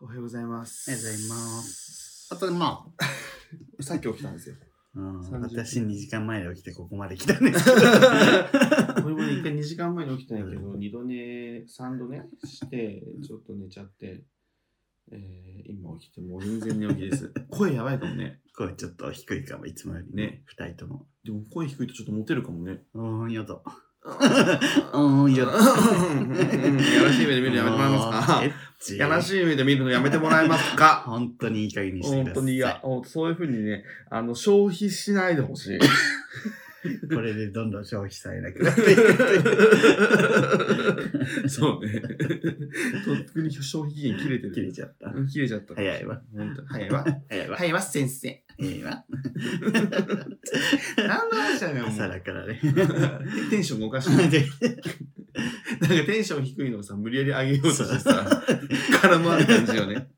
おはようございます。。おはようございますあとまあ、さっき起きたんですよ。うん、 30私2時間前に起きてここまで来たんですけど。俺もね、一回2時間前に起きたんやけど、二度寝、三度寝して、ちょっと寝ちゃって、えー、今起きて、もう全然寝起きです。 声やばいかもね。声ちょっと低いかも、いつもよりねね。二人とも。でも声低いとちょっとモテるかも ね。うーん、やだ。うやーん、やだ。らしい目で見るのやめてもらえますかエッチ。やらい。しい目で見るのやめてもらえます か本当にいい加減にしてくださ本当い。にい や、ほんとそういうふうにね、あの、消費しないでほ しい。これでどんどん消費されなくなっていく。そう ね。とっくに消費期限切れてる。切れちゃった。うん切れちゃった。早いわ。本当に早いわ。早いわ。早いわ、先生。いいわ。何の話だよ、もう。朝だからね。 テンションがおかしい。なんかテンション低いのをさ、無理やり上げようとして さ、絡まる感じよね。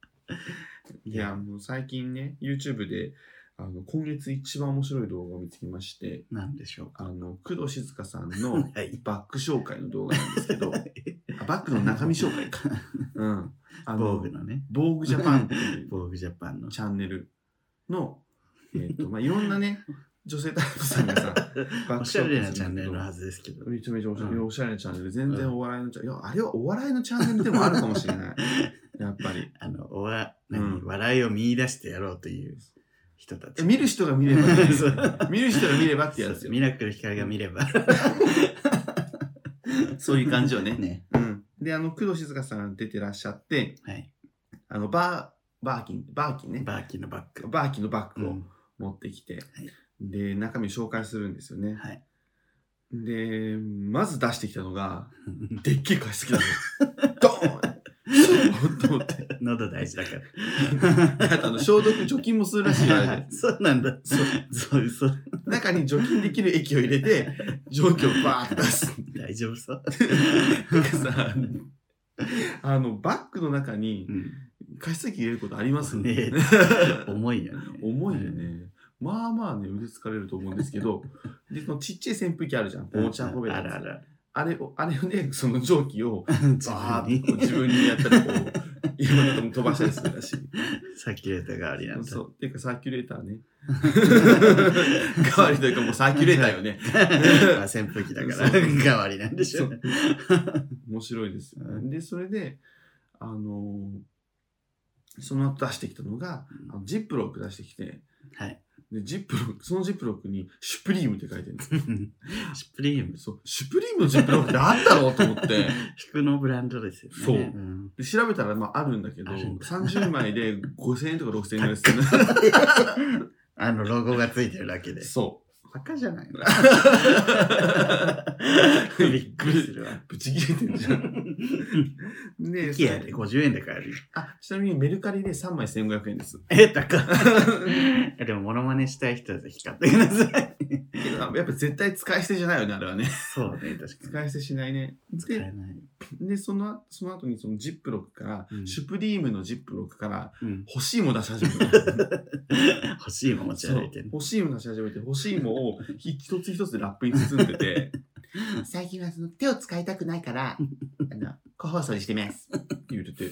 いや、もう最近ね、YouTube で、あの、今月一番面白い動画を見つけまして、なんでしょうあか。の、工藤静香さんの はい。バック紹介の動画なんですけ ど、あバックの中身紹介か。うん。あ防の具、のね。防具ジャパンって いう防具ジャパンの。チャンネルの、えっとまあ、いろんなね、 女性タレントさんがさ、バッおクしショゃットれなすチャるンんネだけどルのはずですけど。 めちゃめちゃおしゃれ,、うんおしゃれなチャンネル、全然お笑いのチャンネル。いや、あれはお笑いのチャンネルでもあるかもしれない。やっぱり。あの、おわ、うん何、笑いを見出してやろうという人たち。見る人が見ればね そう見る人が見ればってやつそうよ。ミラクル光が見れば。 そういう感じよね。 ね。うん。で、あの、工藤静香さん出てらっしゃって、はい。あの、バー、バーキン、バーキンね。バーキンのバッグ。バーキンのバッうグをん持ってきて、いで、中身紹介するんですよね。 はい。で、まず出してきたのが、でっけえ加湿器だね。 ドーン と思って。喉大事だかあとあの消毒除菌もするらしいよあれら。 そうなんだ。そう、そう、中に除菌できる液を入れて、蒸気をバーッと出す。大丈夫そう。 なんかさ、あの、バッグの中にうん加湿器入れることありますね重いよね。 重いよ。ね。まあまあね、腕疲れると思うんですけど、で、そのちっちゃい扇風機あるじゃん。持ち運べるあやらあつ。ら。 あれを、あれをね、その蒸気を、自バ分ーッとこうに自分にやったらこう、いろんなとこ飛ばしたりするらしい。サーキュレーター代わりなんだ。 そう。っていうかサーキュレーターね。 代わりというかもうサーキュレーターよね。 まあ扇風機だからそう代わりなんでしそょ う。面白いですよね、うんで、それで、あのーその後出してきたのが、あのジップロック出してきて、はい。で、ジップロック、そのジップロックに、シュプリームって書いてるんです。シュプリーム。そう、シュプリームのジップロックってあったろうと思 って、服のブランドですよね。そうんで調べたら、まあ、あるんだけど、あるんだ30枚で5000円とか6000円ぐらいする。あのロゴがついてるだけ で。そバカじゃ ないのう。びっくりするわ。ぶち切れてるじゃん。で、イケアで50円で買えるよ。あ、ちなみにメルカリで3枚1500円です。え、高 い。でも、モノマネしたい人はぜひ買ってください。やっぱ絶対使い捨てじゃないよね、あれはね。そうね、確か使い捨てしないね。に。使えで、ない。でそのその後にそのジップロックから、うんシュプリームのジップロックから、うん、欲しいも出し始 めて。 欲しいもん持ちそう歩いてる。欲しいも出し始めて、欲しいもを一つ一つでラップに包んでて、 最近はその手を使いたくないから、あの、個包装にしてます。って言ってて、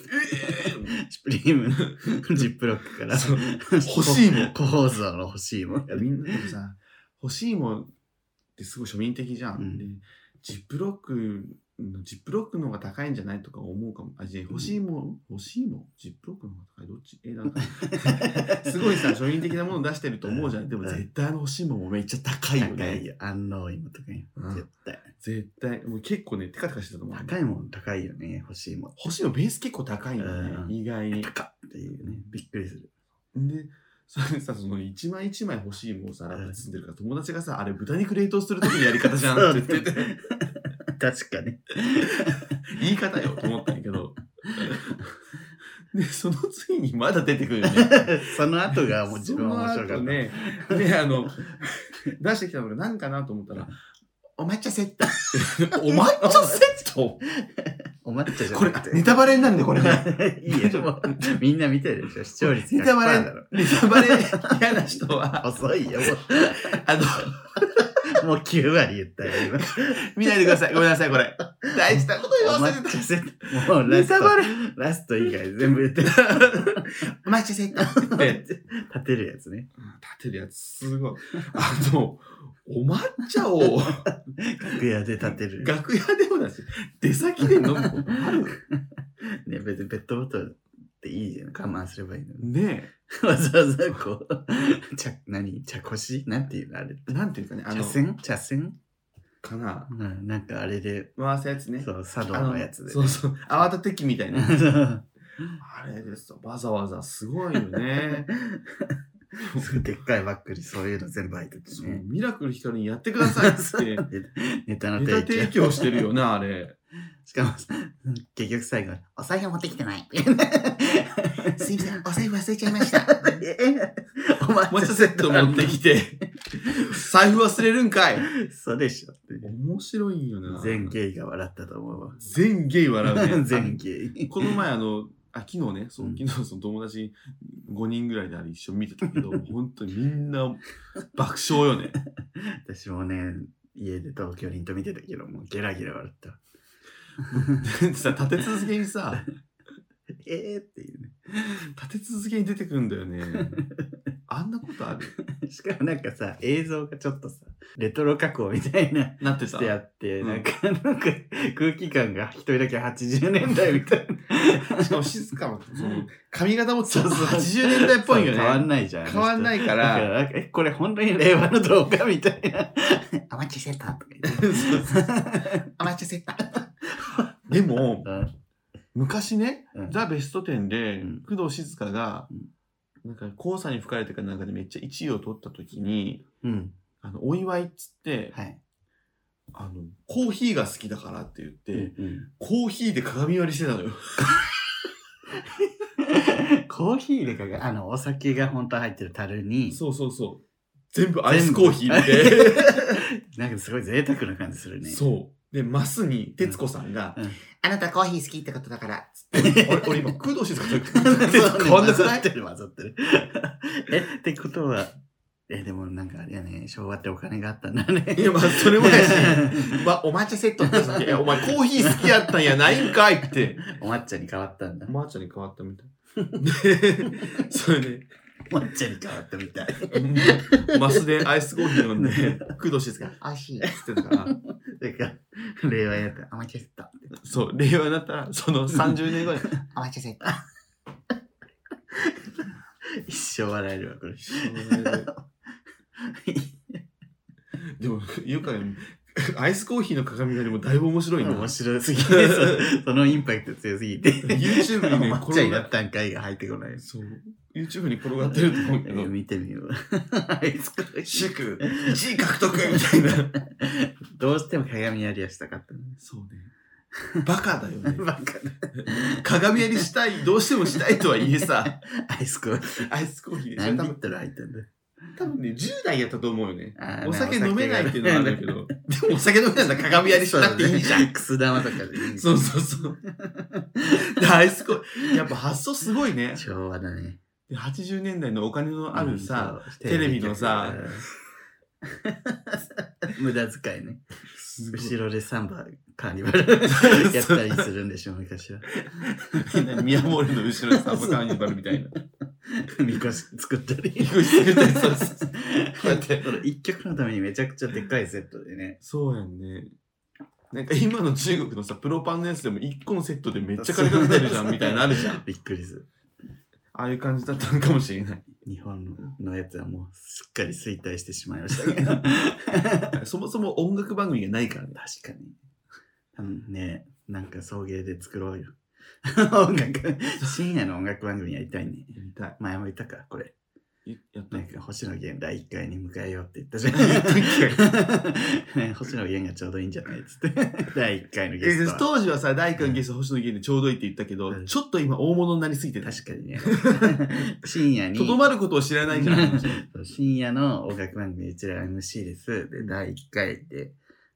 シュプリ ームのジップロックから。 そう欲しいもん個包装の欲しいもんい。やみんなでもさ欲しいもんってすごい庶民的じゃん、うんでジップロックのジップロックの方が高いんじゃないとか思うかもあじゃあ欲しいもん、欲しいもんジップロックの方が高いどっちえなんか すごいさ庶民的なもの出してると思うじゃんでもうん絶対あの欲しいもんもめっちゃ高いよね高いよ。安納芋とかにうん。絶対。絶対もう結構ねテカテカしてたと思う高いもん高いよね、欲しいもん。欲しいのベース結構高いんだね、うん意外に高っっていうね、びっくりする。でそれでさその一枚一枚欲しいもんをさラップ包んでるから友達がさあれ豚肉冷凍する時のやり方じゃんって言って て確かに。言い方よと思ったんやけ ど。で、その次にまだ出てくるよ ね。その後がもう自分は面白かそのっ後た。ね、で、あの、出してきたのが何かなと思ったら、お抹茶セット。 お抹茶セットお抹茶じゃこれなくて。、ネタバレになるんで、これね。 いいよ、もうみんな見てるでしょ、視聴 率ネタバレだろ。ネタバレ嫌な人は、遅いよ、もうあの、もう9割言ったよ、今。見ないでください。ごめんなさい、これ。大したこと言おわ待せてちた。せもう ラネスタトバ、レ。ラスト以外全部言ってる。 お待ちせっかくって。立立てるやつね。てるやつ、すごい。あの、お抹茶を楽屋で立てる。楽屋でもだし、出先で飲むことあるね、別にペットボトルっていいじゃん。我慢すればいいのに。 ねわざわざこう、茶、何茶こしなんていうのあれ。え。なんていうかね、あ茶の、筅茶筅かな。うん、なんかあれで、回すやつね。そう、茶道あののやつで。そうそう。泡立て器みたいな。 すあれですよ。わざわざすごいよ ね。ごいでっかいバッグにそういうの全部入っててそうね。ミラクル光にやってください っつって。ネタのネタ提提供。供してるよな、あれ。しかも、結局最後、お財布持ってきてない。すいません、お財布忘れちゃいま した。おお待待たたせせっッてト持持っっててききて。て、財布忘れるんかい。そうでしょ。面白いんよな。全ゲイが笑ったと思うわ。全ゲイ笑う ね。全ゲイ。この前、あの、あ昨日ね、そうのん昨日その友達5人ぐらいであれ一緒に見てたけど、 本当にみんな爆笑よね。私もね、家で東京リンと見てたけど、もうゲラゲラ笑った。でさ、立て続けにさ、えーっていうね。立て続けに出てくるんだよね。あんなことあるしかもなんかさ、映像がちょっとさ、レトロ加工みたいな。なってしさて、あって、うんなんか、なんか、空気感が一人だけ80年代みたいな。しかも静かも、その髪型もちそょうっそとう80年代っぽいよそう変わね。んないじゃん。変わんないいか。からら。え、これ本当に令和の動画みたいな。 お待ちしてたとか言 って。アマチュアセッター。でも、うん昔ね、うんザ・ベスト10でうん、工藤静香がうなんん、か、交差に吹かれてかなんかでめっちゃ1位を取った時に、うん。あの、お祝いっつって、はい。あの、コーヒーが好きだからって言って、うんコーヒーで鏡割りしてたのよ。 コーヒーでかが、あの、お酒が本当入ってる樽に、そうそうそう。全部アイスコーヒー入れて。なんかすごい贅沢な感じするね。 そう。で、マスに、徹子さんが、うんうんあなたコーヒー好きってことだから、つって、俺、俺今、工藤静香と 変わんなく混なざっいてる混ざってるえってことはえでもなんかあれやね昭和ってお金があったんだねいや、まあ、それもやし、 まあ、お抹茶セットって言ってた時いや、お前コーヒー好きやったんやないんかいって。 お抹茶に変わったんだお抹茶に変わったみたい。で、 それで、お抹茶に変わったみたいマスでアイスコーヒー飲んで、工藤静香、美味しいっつってたから、てか令和やったお抹茶セットそう、令和になったら、その30年後に、 お抹茶セット一生笑えるわこれでも、ゆかアイスコーヒーの鏡がりもだいぶ面白いな。面白すぎてそそのインパクト強すぎて YouTube お にね、抹茶になったんかいが入ってこないそう、YouTube に転がってると思うけどえ、見てみようアイスコーヒー祝、1位獲得みたいな。どうしても鏡やりはしたかったねそうね。バカだよ ね。バカ鏡やりしたい、どうしてもしたいとはいえさ、アイスコーヒーアイスコーヒーでしょ何多リッ分トル入ってんだ多分ね、10代やったと思うよね。あーお酒まあ飲めないっていうのはあ るけおど、でもお酒飲めないんだ鏡やりしなくていいじゃん。ん。くす玉とかでいい。そうそうそう。 でアイスコーヒー、やっぱ発想すごいね。昭和だね。で80年代のお金のあるさ、うん、そうテレビのさ。うん無駄遣いね。すごい後ろでサンバカーニ バルやったりするんでしょ、昔は。みんな宮森の後ろにサンバカーニバルみ たいな。みこし作った り。こし作ったりそうそうこうやってその一曲のためにめちゃくちゃでっかいセットでね。そうやんね。なんか今の中国のさ、プロパンのやつでも1個のセットでめっちゃ金かかってるじゃんみたいなのあるじゃん。。びっくりする。ああいう感じだったのかもしれない。日本のやつはもうすっかり衰退してしまいましたけど。 そもそも音楽番組がないからね。確かに。あのねなんか送迎で作ろうよ。音楽、深夜の音楽番組やりたいね。やりたい。前も言ったか、これ。いやったなんか星野源第1回に迎えようって言ったじ ゃ言ったっん。ね星野源がちょうどいいんじゃないっつって。 第1回のゲえストは。当時はさ、大君ゲスト星野源でちょうどいいって言ったけど、うんちょっと今大物になりすぎてた。確かにね。 深夜に。とどまることを知らないじゃん。そう深夜の音楽番組、うちら MC です。で、第1回で、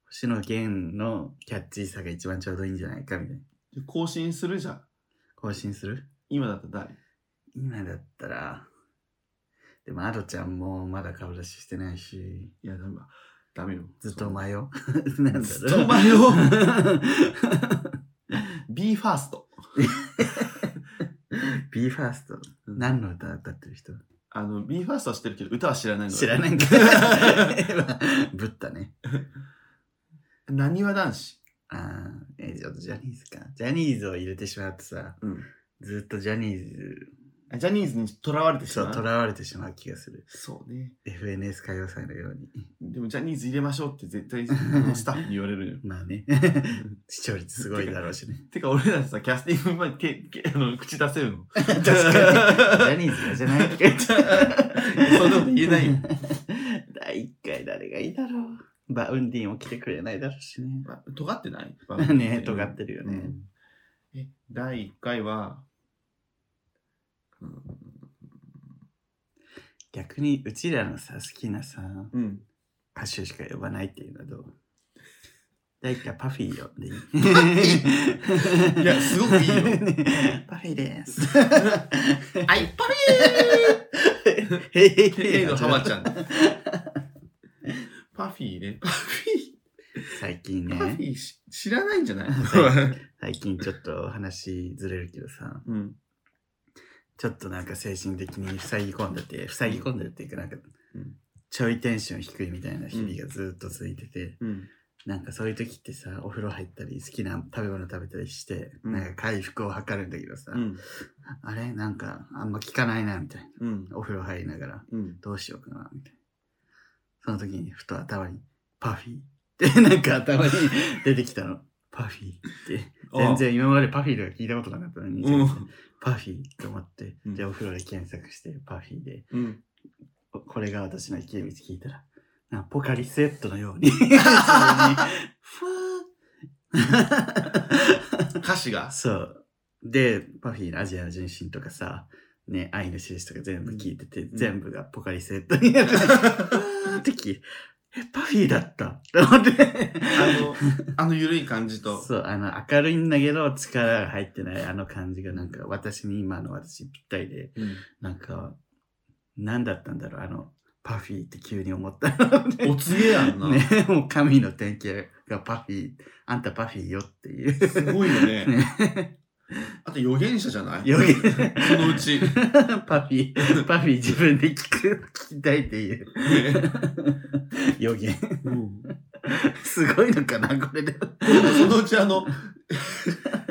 星野源のキャッチーさが一番ちょうどいいんじゃないかみたいな。更新するじゃん。更新する今だったら今だったら、でもアドちゃんもまだ顔出ししてないし、誰いや、でも、ダメよ。ずっと前。迷う。 なんだろう。ずっと迷 う B ファースト。 B ファースト。何の歌歌ってる人あの、B ファーストは知ってるけど、歌は知らないのよ知らないんか い。ブッダね。なにわ男子。ああ、えー、ちょっとジャニーズか。ジャニーズを入れてしまうとさ、うん。ずっとジャニーズ、ジャニーズにとらわれてしそまう、う。囚われてしまう気がする。そうね。 FNS 歌謡祭のように。。でも、ジャニーズ入れましょうって絶対、あのスタッフに言われるのよまあね、 視聴率すごいだろうしね。てか、俺らさ、キャスティング前に手手あの口出せるの。 確かに。ジャニーズがじゃ ないとか言っちゃう。そんなこと言えないよ。 第一回誰がいいだろう。バウンディも来てくれないだろうしね。まあ 尖ってないね尖ってるよねうんえ、第1回は、うん逆にうちらのさ、好きなさ、 うん。歌手しか呼ばないっていうのはどう第一回パフィー呼んでいいいやすごくいいよね パフィーです。はい、パフへいィーのハマち ゃん。パフィーね。パフ最近ィー、パフね、ィーし知らないんじゃ ない最近ちょっと話ずれるけどさ、うん。ちょっとなんか精神的に塞ぎ込んでて、塞ぎ込んでるっていうかなんかうん、ちょいテンション低いみたいな日々がずっと続いてて、うん。なんかそういう時ってさ、お風呂入ったり、好きな食べ物食べたりして、うんなんか回復を図るんだけどさ、うん。あれなんかあんま効かないな、みたいうん。な。お風呂入りながら、うん。どうしようかな、みたいな。その時に、ふと頭に、パフィーって、 なんか頭に出てきたの。パフィーって。全然今までパフィーとか聞いたことなかったのに、うんパフィーと思って、うんで、お風呂で検索して、パフィーで、あ。うん。ここれが私の生きる道聞いたら、なんかポカリスエットのように、 自分にふわー歌詞が。そう。で、パフィーのアジアの純真とかさ、ね、愛の印とか全部聞いてて、ん全部がポカリスエット になってて、ふわーって聞いてえ、パフィーだったって思って。あの、あの緩い感じと。そう、あの、明るいんだけど、力が入ってないあの感じが、なんか、私に今の私ぴったりで、うんなんか、何だったんだろう、あの、パフィーって急に思ったのねお告げやんな。 ね、もう神の典型がパフィー、あんたパフィーよっていう。すごいよね。 ね。あと予言者じゃない予言そのうち。ね パフィー、パフィー自分で聞く、聞きたいっていう。予言。うんすごいのかな、これで。そのうちあの、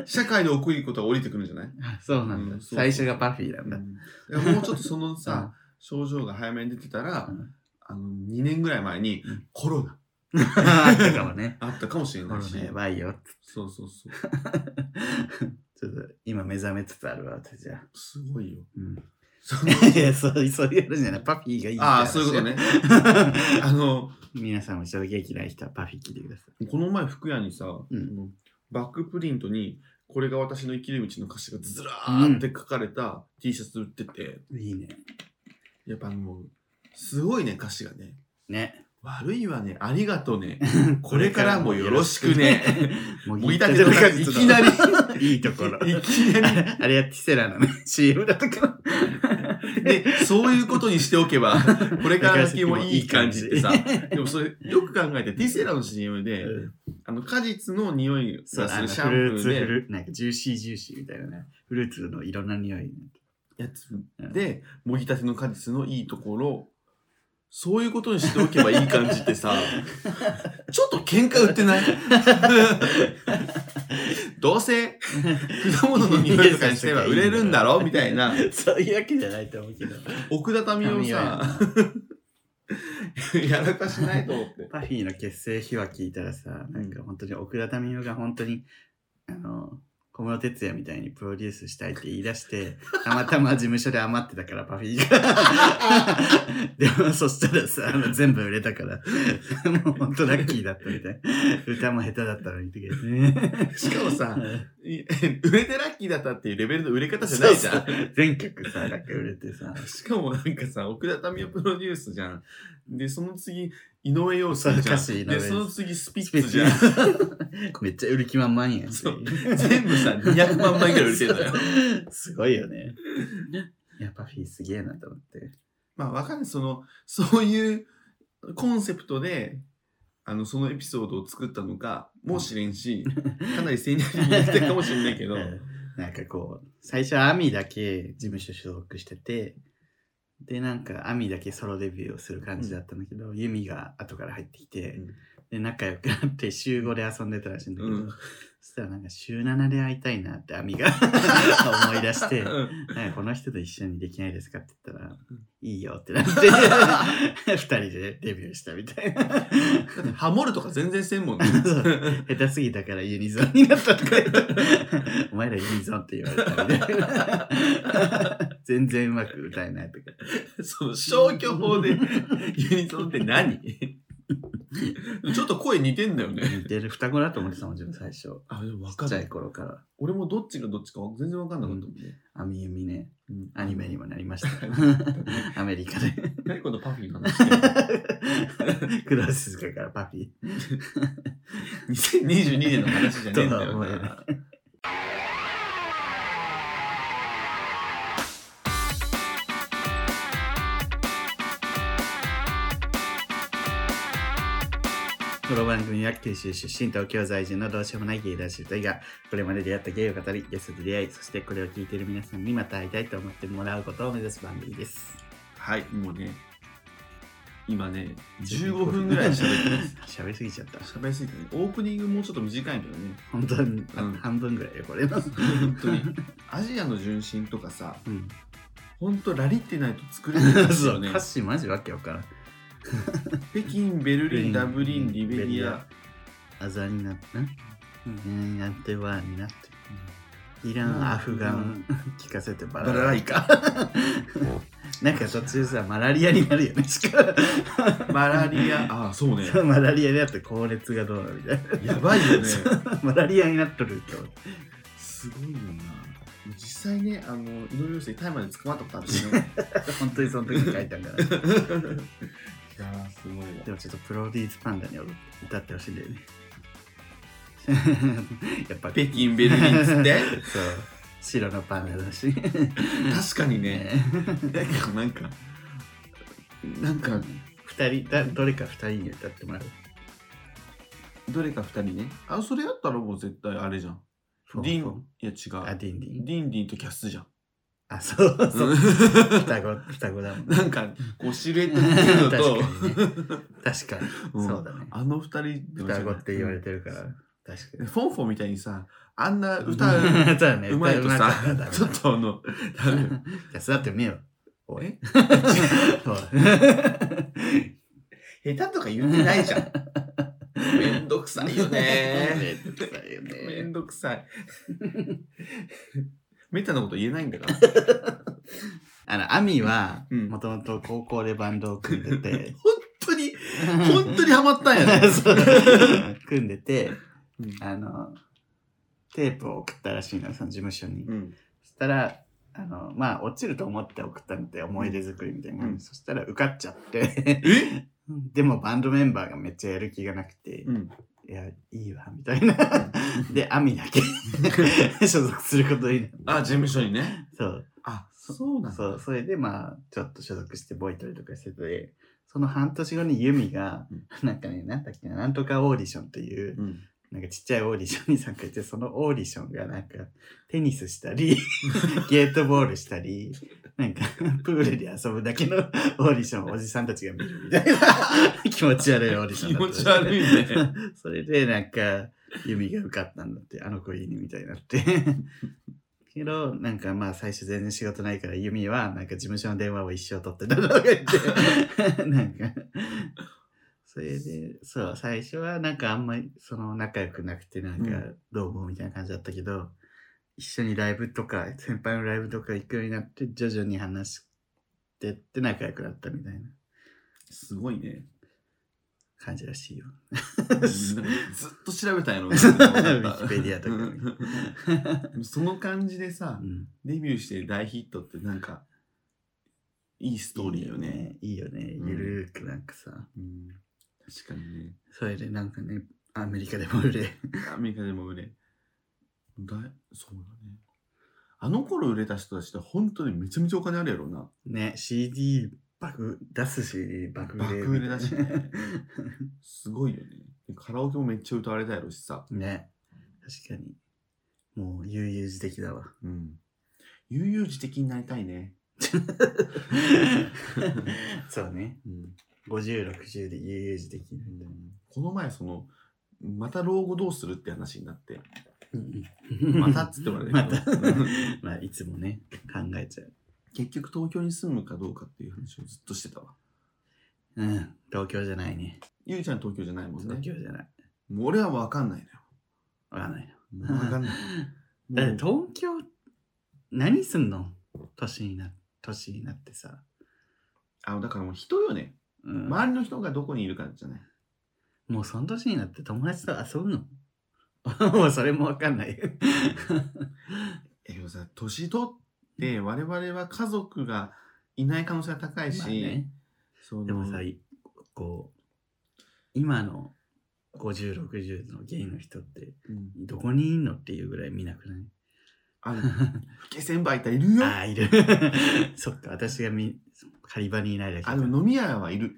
社会の奥いいことは降りてくるんじゃないあそうなんだ。うんそう最初がパフィーなんだ。だからもうちょっとそのさ、症状が早めに出てたら、うんあの2年ぐらい前にうんコロナ あったかもね。あったかもしれコなロいし、ナやばいよ。そうそうそう ちょっと今目覚めつつあるわ、私じゃあ。すご いようん。その いや、そう、そういうのじゃない。パフィーがいいってああ話そういうこと。ねあの 皆さんも衝撃ない人はパフィー聞いてくださこの前福屋にさ、うんあのバックプリントにこれが私の生きる道の歌詞がずらーって書かれた T シャツ売ってて、い。いいね。やっぱもうすごいね歌詞がねね。悪いわねありがと ねこれからもよろしくね。ももぎたての果実の いきなり。いいとこ ろ。いきなり あれはティセラのね、CM だとか。で、そういうことにしておけ ば、これから先もいい感じってさ、でもそれ、よく考えて、ディセラの CM うで、んあの、果実の匂いそう、がするあのフシャンルプーーツでフ、ル、なんかジューシージューシーみたいなね、フルーツのいろんな匂い。やつで、もぎたての果実のいいところ、そういうことにしておけばいい感じって さ、ちょっと喧嘩売って ないどうせ、果物の匂いとかにしては売れるんだろみたいな、そういうわけじゃないと思うけど。奥田民生をさ、やらかしないと思 って。パフィーの結成秘話聞いたらさ、なんか本当に奥田民生が本当に、あの、小室哲哉みたいにプロデュースしたいって言い出して、たまたま事務所で余ってたから、パフィーが。 でもそしたらさ、あの全部売れたから、もう本当ラッキーだったみたい。歌も下手だったのにってね。しかもさ、い 売れてラッキーだったっていうレベルの売れ方じゃそなういじ そゃん。う全曲さ、なんか売れてさ。しかもなんかさ、奥田民生プロデュースじゃん。で、その次、井上陽そ水うじゃ歌詞井ん。で、上ですその次、スピッツじゃん。 めっちゃ売る気満々やん。そう全部さ、200万枚ぐらい売れてん だよ。すごいよね。いや、パフィーすげえなと思って。まあ、わかんない。その、そういうコンセプトで、あのそのエピソードを作ったのかもしれんし、かなり戦略的に言ってるかもしれない けど、うんなんかこう、最初はアミだけ事務所所属してて、で、なんかアミだけソロデビューをする感じだったんだけど、ユミが後から入ってきて、で、仲良くなって週5で遊んでたらしいんだけど、うんそしたらなんか週7で会いたいなってアミが 思い出して、うんなんかこの人と一緒にできないですかって言ったら、んいいよってなって、二人でデビューしたみたいな。だってハモるとか全然せんもん ね。そう下手すぎたからユニゾンになったとか言って、 お前らユニゾンって言われたみたいな。 全然うまく歌えないとか。その消去法でユニゾンって何ちょっと声似てんだよね。似てる双子だと思ってたもん、自分最初。あ、でも分ちかっんちなゃいい。頃から。俺もどっちがどっちか全然分かんなかったもんね。アミユミね、うんアニメにもなりました。アメリカで。何このパフィーの話してんのクロスズカからパピー。 2022年の話じゃねえんだよとは思えな。この番組は九州出身東京在住のどうしようもないゲイ男子2人がこれまで出会ったゲイを語りゲストで出会いそしてこれを聞いている皆さんにまた会いたいと思ってもらうことを目指す番組ですはい、もうね、今ね、15分ぐらい喋ってます。す喋りすぎちゃった喋りすぎてね、オープニングもうちょっと短いけどね。本当に、うん半分ぐらいよこれの本当に。アジアの純真とかさ、うん本当ラリってないと作れないんです そうよね歌。詞マジわけわからん北京、ベルリン、ダブリン、リベリア。あざになってんになってはになってイラうんンアフガン聞かせてババラララライイカ。 なんか途中さマラリアになるよねしかマラリア。ああ、そうね。も マラリアだと高熱がどうなみたいな やばいよね。マラリアになっとると思ってすごいよな。実際ね、あの、井上陽水、タイマーで捕まったことあるしね。本当にその時に 書いたんだ なでいやー、すごいわ。もちょっとプロディーズパンダに歌ってほしいんだよね やっぱ北京、ベルリンっつって。そう白のパンダだし確かにね。 なんか、なんか、なんか、二人だどれか二人に歌ってもらうどれか二人ね。あ、それやったらもう絶対あれじゃん。フォディフォン、いや違あう。ディンデディンィンディンとキャスじゃん。あそうそう双子双子だも んねなんか、こうシルエット見て るのと、確かにね確かにうんそうだねあの二人双子って言われてるからう確んかにフォンフォンみたいにさ、あんな歌 歌うだねうまいとさ歌うまかったらダメだ、ちょっとあの、ダメよじゃあ座ってみよう。お い。 下手とか言ってないじ ゃん。めんどくさいよね。めんどくさ い。めったなこと言えないんだから。 あの、アミは、うんもともと高校でバンドを組んでて、本当に、本当にハマったんやね。 そう組んでて、うんあの、テープを送ったらしいの、その事務所に。うん。そしたら、あの、まあ、落ちると思って送ったので思い出作りみたいな感じ、うんそしたら受かっちゃって、え でもバンドメンバーがめっちゃやる気がなくて、うん。いや、いいわ、みたいな。 で、アミだけ所属することになって。あ、事務所にね。そう。あ、そうなんだ。そう、それでまあ、ちょっと所属してボイトレとかしてて、その半年後にユミがうん、なんかね、なんだっけな、なんとかオーディションっていう、うん。なんかちっちゃいオーディションに参加して、そのオーディションがなんか、テニスした り、ゲートボールしたり、なんか、プールで遊ぶだけのオーディションをおじさんたちが見るみたい な、気持ち悪いオーディションだった。気持ち悪いね。 それで、なんか、ユミが受かったんだって、あの子いいねみたいになって。 けど、なんかまあ最初全然仕事ないから、ユミはなんか事務所の電話を一生取ってたとか言って、 なんか、それで、そう、最初はなんかあんまりその仲良くなくて、なんうかどうもみたいな感じだったけど、一緒にライブとか、先輩のライブとか行くようになって、徐々に話してって仲良くなったみたいなすごいね。感じらしいよ。なんかずっと調べたんやろ。ウ ウィキペディアとかか。その感じでさう、んデビューして大ヒットってなんか、いいストーリーよね。。いいよね。うんゆるーくなんかさ、うん。確かにね。それでなんかね、アメリカでも売れ。アメリカでも売れ。だいそうだね。あの頃売れた人たちって本当にめちゃめちゃお金あるやろうな。ね、CD 爆出すし、爆売れ。爆売れだしねすごいよね。カラオケもめっちゃ歌われたやろしさ。 ね。確かに。もう悠々自適だわ。 うん。悠々自適になりたいね。そうね。うん。 50、60で悠々自適になりたいこの前、その、また老後どうするって話にな って。うんうんまたっつってもらえなまいけたど。 まあ、いつもね、考えちゃう。 結局東京に住むかどうかっていう話をずっとしてたわ。うん。東京じゃないね。ゆうちゃん東京じゃないもん東ね。京じゃない。もう俺は分かんないのよ。わかんないもうな。分かんない。だってもう東京、何すんの年にな、年になってさ。あだからもう人よね。うん周りの人がどこにいるかじゃない。もうその年になって友達と遊ぶの もうそれもわか んない。えけどさ、年取って我々は家族がいない可能性が高いし、まあねそのでもさ、いこう、今の50、60のゲイの人って、うんどこにいんのっていうぐらい見なくない あの、不けせんばいたいるよ。ああ、いる。 そっか、私がみカリバにいないだけあ、か。でも飲み屋はいる。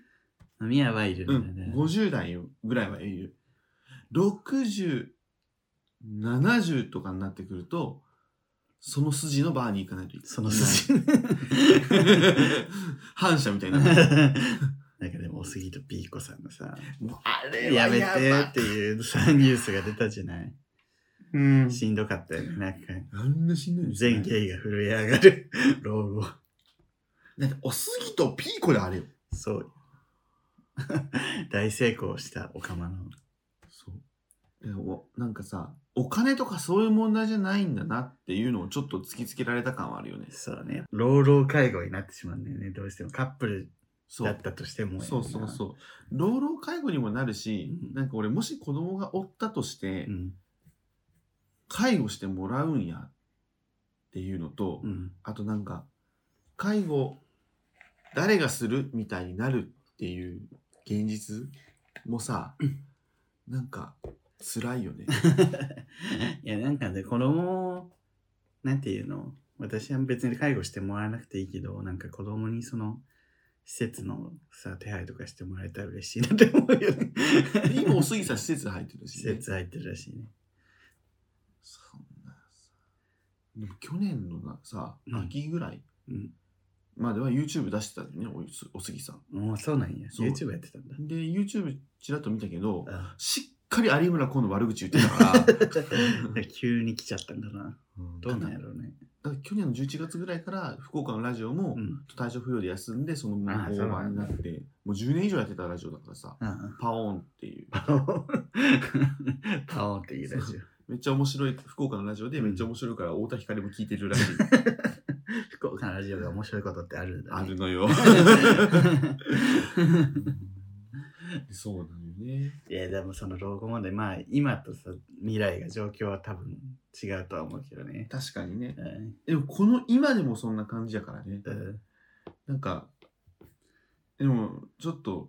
飲み屋はいるうんだんね。。 50代ぐらいはいる。60、70とかになってくると、その筋のバーに行かないといけない。その 筋。反射み たいになってる。なんかでも、おすぎとピーコさんのさ、もうあ れはやめてばっていうさ、ニュースが出たじゃない。うん。しんどかったよね。なんか、あんなしんどいんですね全ゲイが震え上がる 老後。だって、おすぎとピーコであれよ。そう よ。大成功したおかまの。そう。でおなんかさ、お金とかそういう問題じゃないんだなっていうのをちょっと突きつけられた感はあるよね。そうね。老老介護になってしまうんだよね。どうしてもカップルそだうっ。たとしても。。そうそうそうう。老老介護にもなるし、うんなんか俺もし子供がおったとして、うん。介護してもらうんやっていうのと、うん。あとなんか、介護誰がするみたいになるっていう現実もさ、なんか辛いよね。いや、なんかね、子供を、なんていうの私は別に介護してもらわなくていいけど、なんか子供にその、施設のさ、手配とかしてもらえたら嬉しいなって思うよ ね。今お杉さん施設入ってる 施し、ね。設入ってるらしいね。そんなさ。でも去年のなさう、ん秋ぐらいうん。までは YouTube 出してたんだよね、おお杉さん。もうそうなんや。そう YouTube やってたんだ。で、YouTube ちらっと見たけど、あしっかり有村コの悪口言ってたから 急に来ちゃったんだな。どうなんやだろうね。から去年の11月ぐらいから福岡のラジオもうん。体調不良で休んでそのままあオーーバーになってもう10年以上やってたラジオだからさ あパオーンっていうあ。パオン。パオンっていうラジオ。めっちゃ面白い福岡のラジオでめっちゃ面白いから太田光も聞いて るらしい福岡のラジオが面白いことってあるんだ、ね。 あるのよそうなのよねいや、でもその老後まで、まあ今とさ、未来が状況は多分違うとは思うけどね。確かにねうん。でもこの今でもそんな感じやからねうんなんか、でも、ちょっと、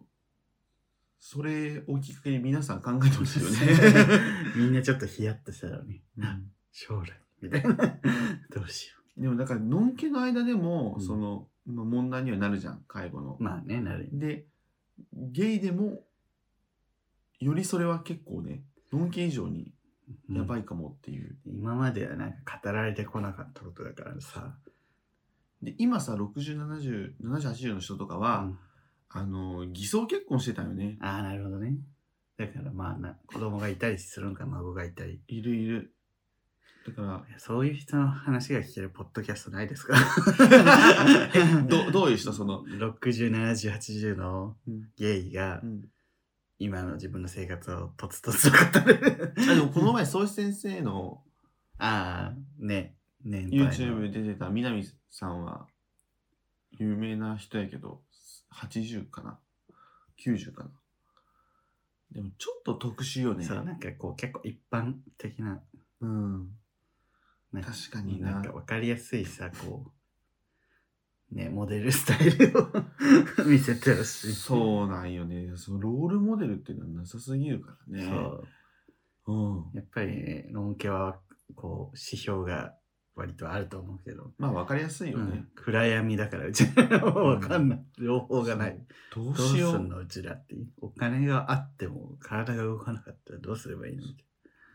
それをきっかけに皆さん考えてほしいよね。みんなちょっとヒヤッとしたよね。将来。みたいな。どうしよ でも、だから、のんけの間でも、うんその、まあ問題にはなるじゃん、介護の。う。まあね、なる。で、ゲイでも、よりそれは結構ね、のんけ以上にやばい。いかもっていう。今まではなんか語られてこなかったことだからさ。で、今さ、60、70、70、80の人とかは、うんあの、偽装結婚してたよね。ああ、なるほどね。だからまあな、子供がいたりするんか、孫がいたり。いるいる。だから、そういう人の話が聞けるポッドキャストな いですかどどういう人そ の、 60、70、80のうんゲイがうん今の自分の生活をとつとつと 語る。あでもこの前、宗一先生のああ、ね、年配の YouTube に出てた南さんは、有名な人やけど、80かな ?90 かなでもちょっと特殊よね。そう、なんかこう結構一般的な、うん。なんか確かにななんか。わかりやすいさ、こう、ね、モデルスタイルを 見せてほしい。そうなんよね。そのロールモデルっていうのはなさすぎるからね。そう。う。ん。やっぱり、ね、ロン毛は、こう、指標が割とあると思うけど。まあ分かりやすいようねん。暗闇だからうちらもうわかんない、情報がないどどううしよすんう。のうちらっていうお金があっても体が動かなかったらどうすればいいのって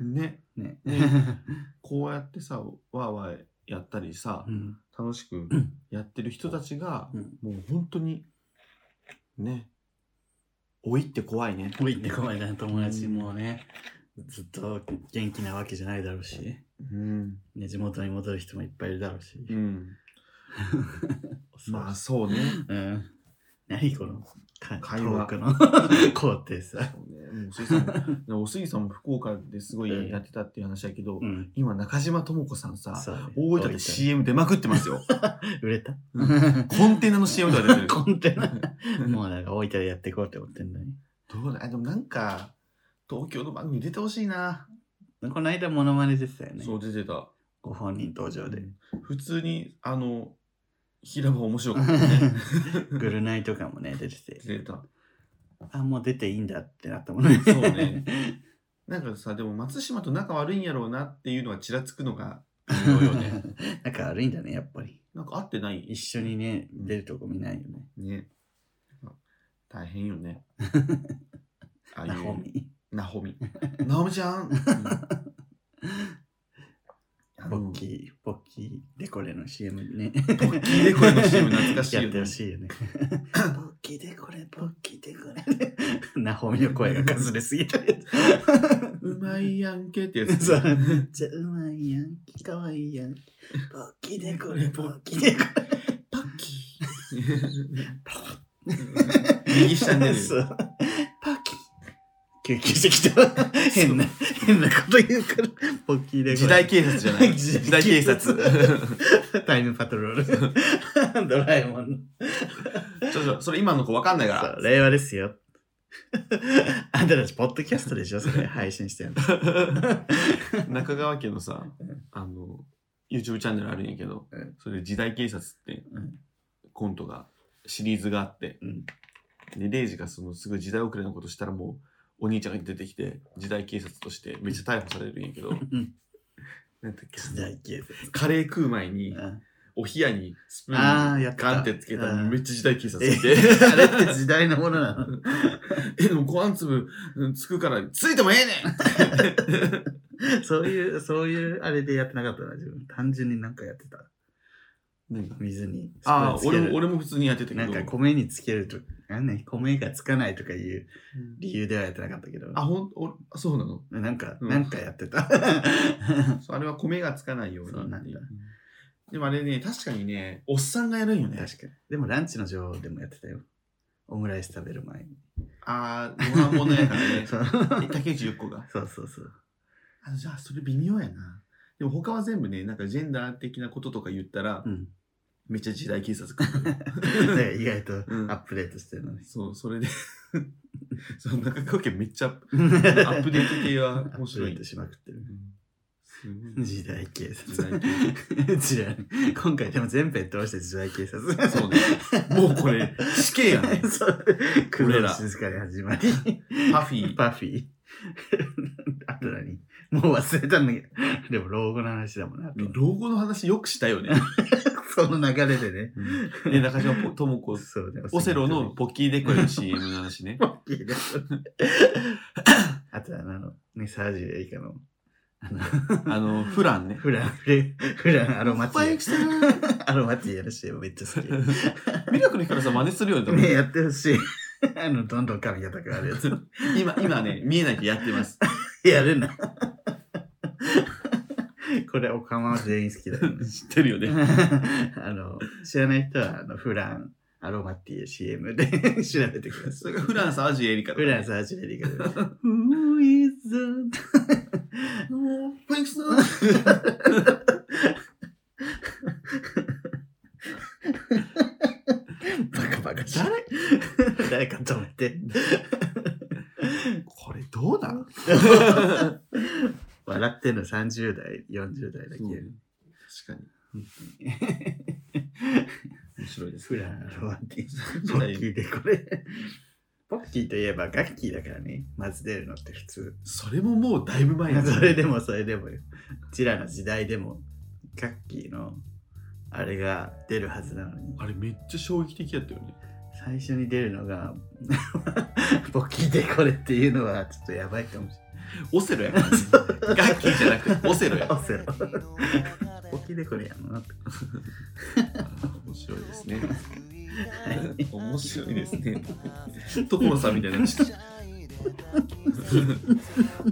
ね。ねねこうやってさ、わーわーやったりさう、ん楽しくうんやってる人たちが、うんもう本当に、ね。老いって怖いね。おいって怖いな友達もね、ずっと元気なわけじゃないだろうし、うん。ね、地元に戻る人もいっぱいいるだろうし、うん。まあそうね。うん何このか会トー話クの工程さ、そうねもうおすぎさ んもおすぎさんも福岡ですごいやってたっていう話だけど、うん、今中島智子さんさ、そうね大分で CM 出まくってます よ。売れたうコンテナの CM とか出てる。コンテナもうなんか大分でやっていこうって思ってんのにどうだあでもなんか、東京の番組出てほしいな。この間モノマネ出てたよねそう出てた。ご本人登場で、普通に、あの、平場面白かった ね。グルナイとかもね出てて出てた。あもう出ていいんだってなったもんねそうねなんかさ、でも松島と仲悪いんやろうなっていうのはちらつくのが 微妙よね。なんか悪いんだねやっぱりなんか合ってない一緒にねうん出るとこ見ないよね、ね。大変よ ね。ああいナホう。ミなほ み。なほみちゃん。あポのッキーポッキーデコレの CM ねポッキーデコレの CM 懐かしいよねやってほしいよ ねポッキーデコレポッキーデコレナホミの声がかすれすぎたやうまいやんけってやつつ そ。うめっちゃうまいやんきかわいいやんきポッキーデコレポッキーデコレパッキー。 右下に出 そる。うパッキー救急してき た変な変なこと言うからポッキーで時代警察じゃない。 時時代代警警察察。 タイムパトロール ドラえもんのちょちょ、 それ今の子わかんないそかう令和ですよ あんたたちポッドキャストでしょそれ配信してるのら。 中川家のさ、あの、YouTube チャンネルあるんやけどうん、それ時代警察ってうんコントが、シリーズがあってうん、で、レイジがそのすぐ時代遅れのことしたらもう、お兄ちゃんが出てきて、時代警察としてめっちゃ逮捕されるんやけど、うんなんだっけ時代警察カレー食う前に、うお冷やにスプーあーンやにってたガンってつけたらうんめっちゃ時代警察んえついて。 あれって時代のものなの え、でもご飯粒うんつくから、ついてもええねんそういうそういうあれでやってなかったな自分単純になんかやってたなんか水にスプーあンあつ、ける俺も、俺も普通にやってたけなど。んか米につけると、なんね、米がつかないとかいう理由ではやってなかったけど、あ、ほん、おあそうなのなんか、うんなんかやって た。そうあれは米がつかないようにそうなんだうんでもあれね、確かにね、おっさんがやるんよね。確かに。でもランチの女王でもやってたよ。オムライス食べる前に。ああ、ご飯物やからね。 そうえ竹内ゆっ子が。そうそうそう。あじゃあ、それ微妙やな。でも他は全部ね、なんかジェンダー的なこととか言ったらう、ん。めっちゃ時代警察来る。 で意外とアうんップデートしてるのね。そう、それで。 そう、中川家めっちゃアッ プアッップデート系は面白いプデートしまくってる。すご い。時代警察。時代時代今回でも全編通して時代警察。そうね。もうこれ、死刑やね。 そう。俺黒らの静かに始まり。パフィー。パフィー。あと何もう忘れたんだけど。でも老後の話だもんな。あと老後の話よくしたよね。その流れでね。で、中島ぽ智子、そうね。オセロのポッキーデコイの CM の話ね。ポッキーだ。 あとあの、ね、サージュエリカの、あの、あの、フラン ね。フラン、フレフランアロマいテっぱいィ来たア。アロマティアの CM めっちゃ好き。ミラクルヒカルさん真似するよね多ね、分、やってほしい。あの、どんどん髪が高くなるやつ。今、今ね、見えないでやってます。やるな。これ、オカマは全員好きだよね。知ってるよね。あの、知らない人は、あの、フラン、アロマっていう CM で 調べてくだそさいれ。がフランサージエリカだフね。ランサージュエリカで。Who is that? もうパイクさん。バカバカしい。誰誰か止めて。これどうだ笑ってんの30代、40代だそうねけ。確かに。面白いです。フラン、アロ マっていう。ポ時代ッキーでこれ。ポッキーといえばガッキーだからね。まず出るのって普通。それももうだいぶ前だねそれでもそれでもよ。うちらの時代でもカッキーのあれが出るはずなのにあれめっちゃ衝撃的やったよね。最初に出るのが ポッキーでこれっていうのはちょっとやばいかもしオセロやから、ね。ガッキーじゃなくて、オセロれなやい。オセ ロポッキーでこれやんなって面白いですね。はい面白いですね。所さんみたいに なっちゃった。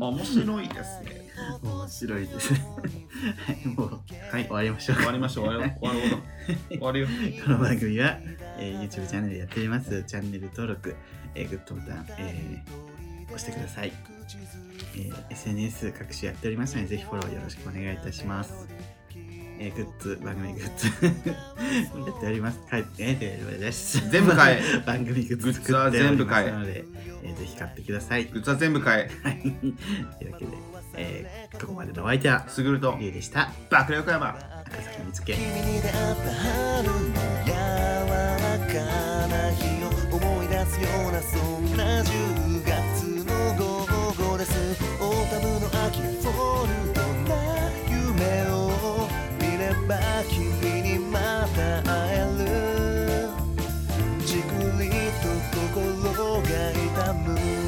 面白いですね。面白いですねはいもうはい終。わりましょう終わりましょう。終わり終わろうと。終わるよ。この番組は、えー YouTube チャンネルやっております。チャンネル登録、えーグッドボタン、えー押してください、えー SNS 各種やっておりますので、ぜひフォローよろしくお願いいたします。えーグッズ、番組グッズ やっております。買って、えーです全部買え。 番組グッグズッズは作ってお全り部ま買すえので、えーぜひ買ってください。グッズは全部買え。はい。というわけで、えーここまでのお相手は、すぐるとゆ、うでした。爆力山。赤崎みつけ。君に出会った春の柔らかな日を思い出すようなそんな10月の午後ですオータムの秋フォルトな夢を見れば君にまた会えるじくりと心が痛む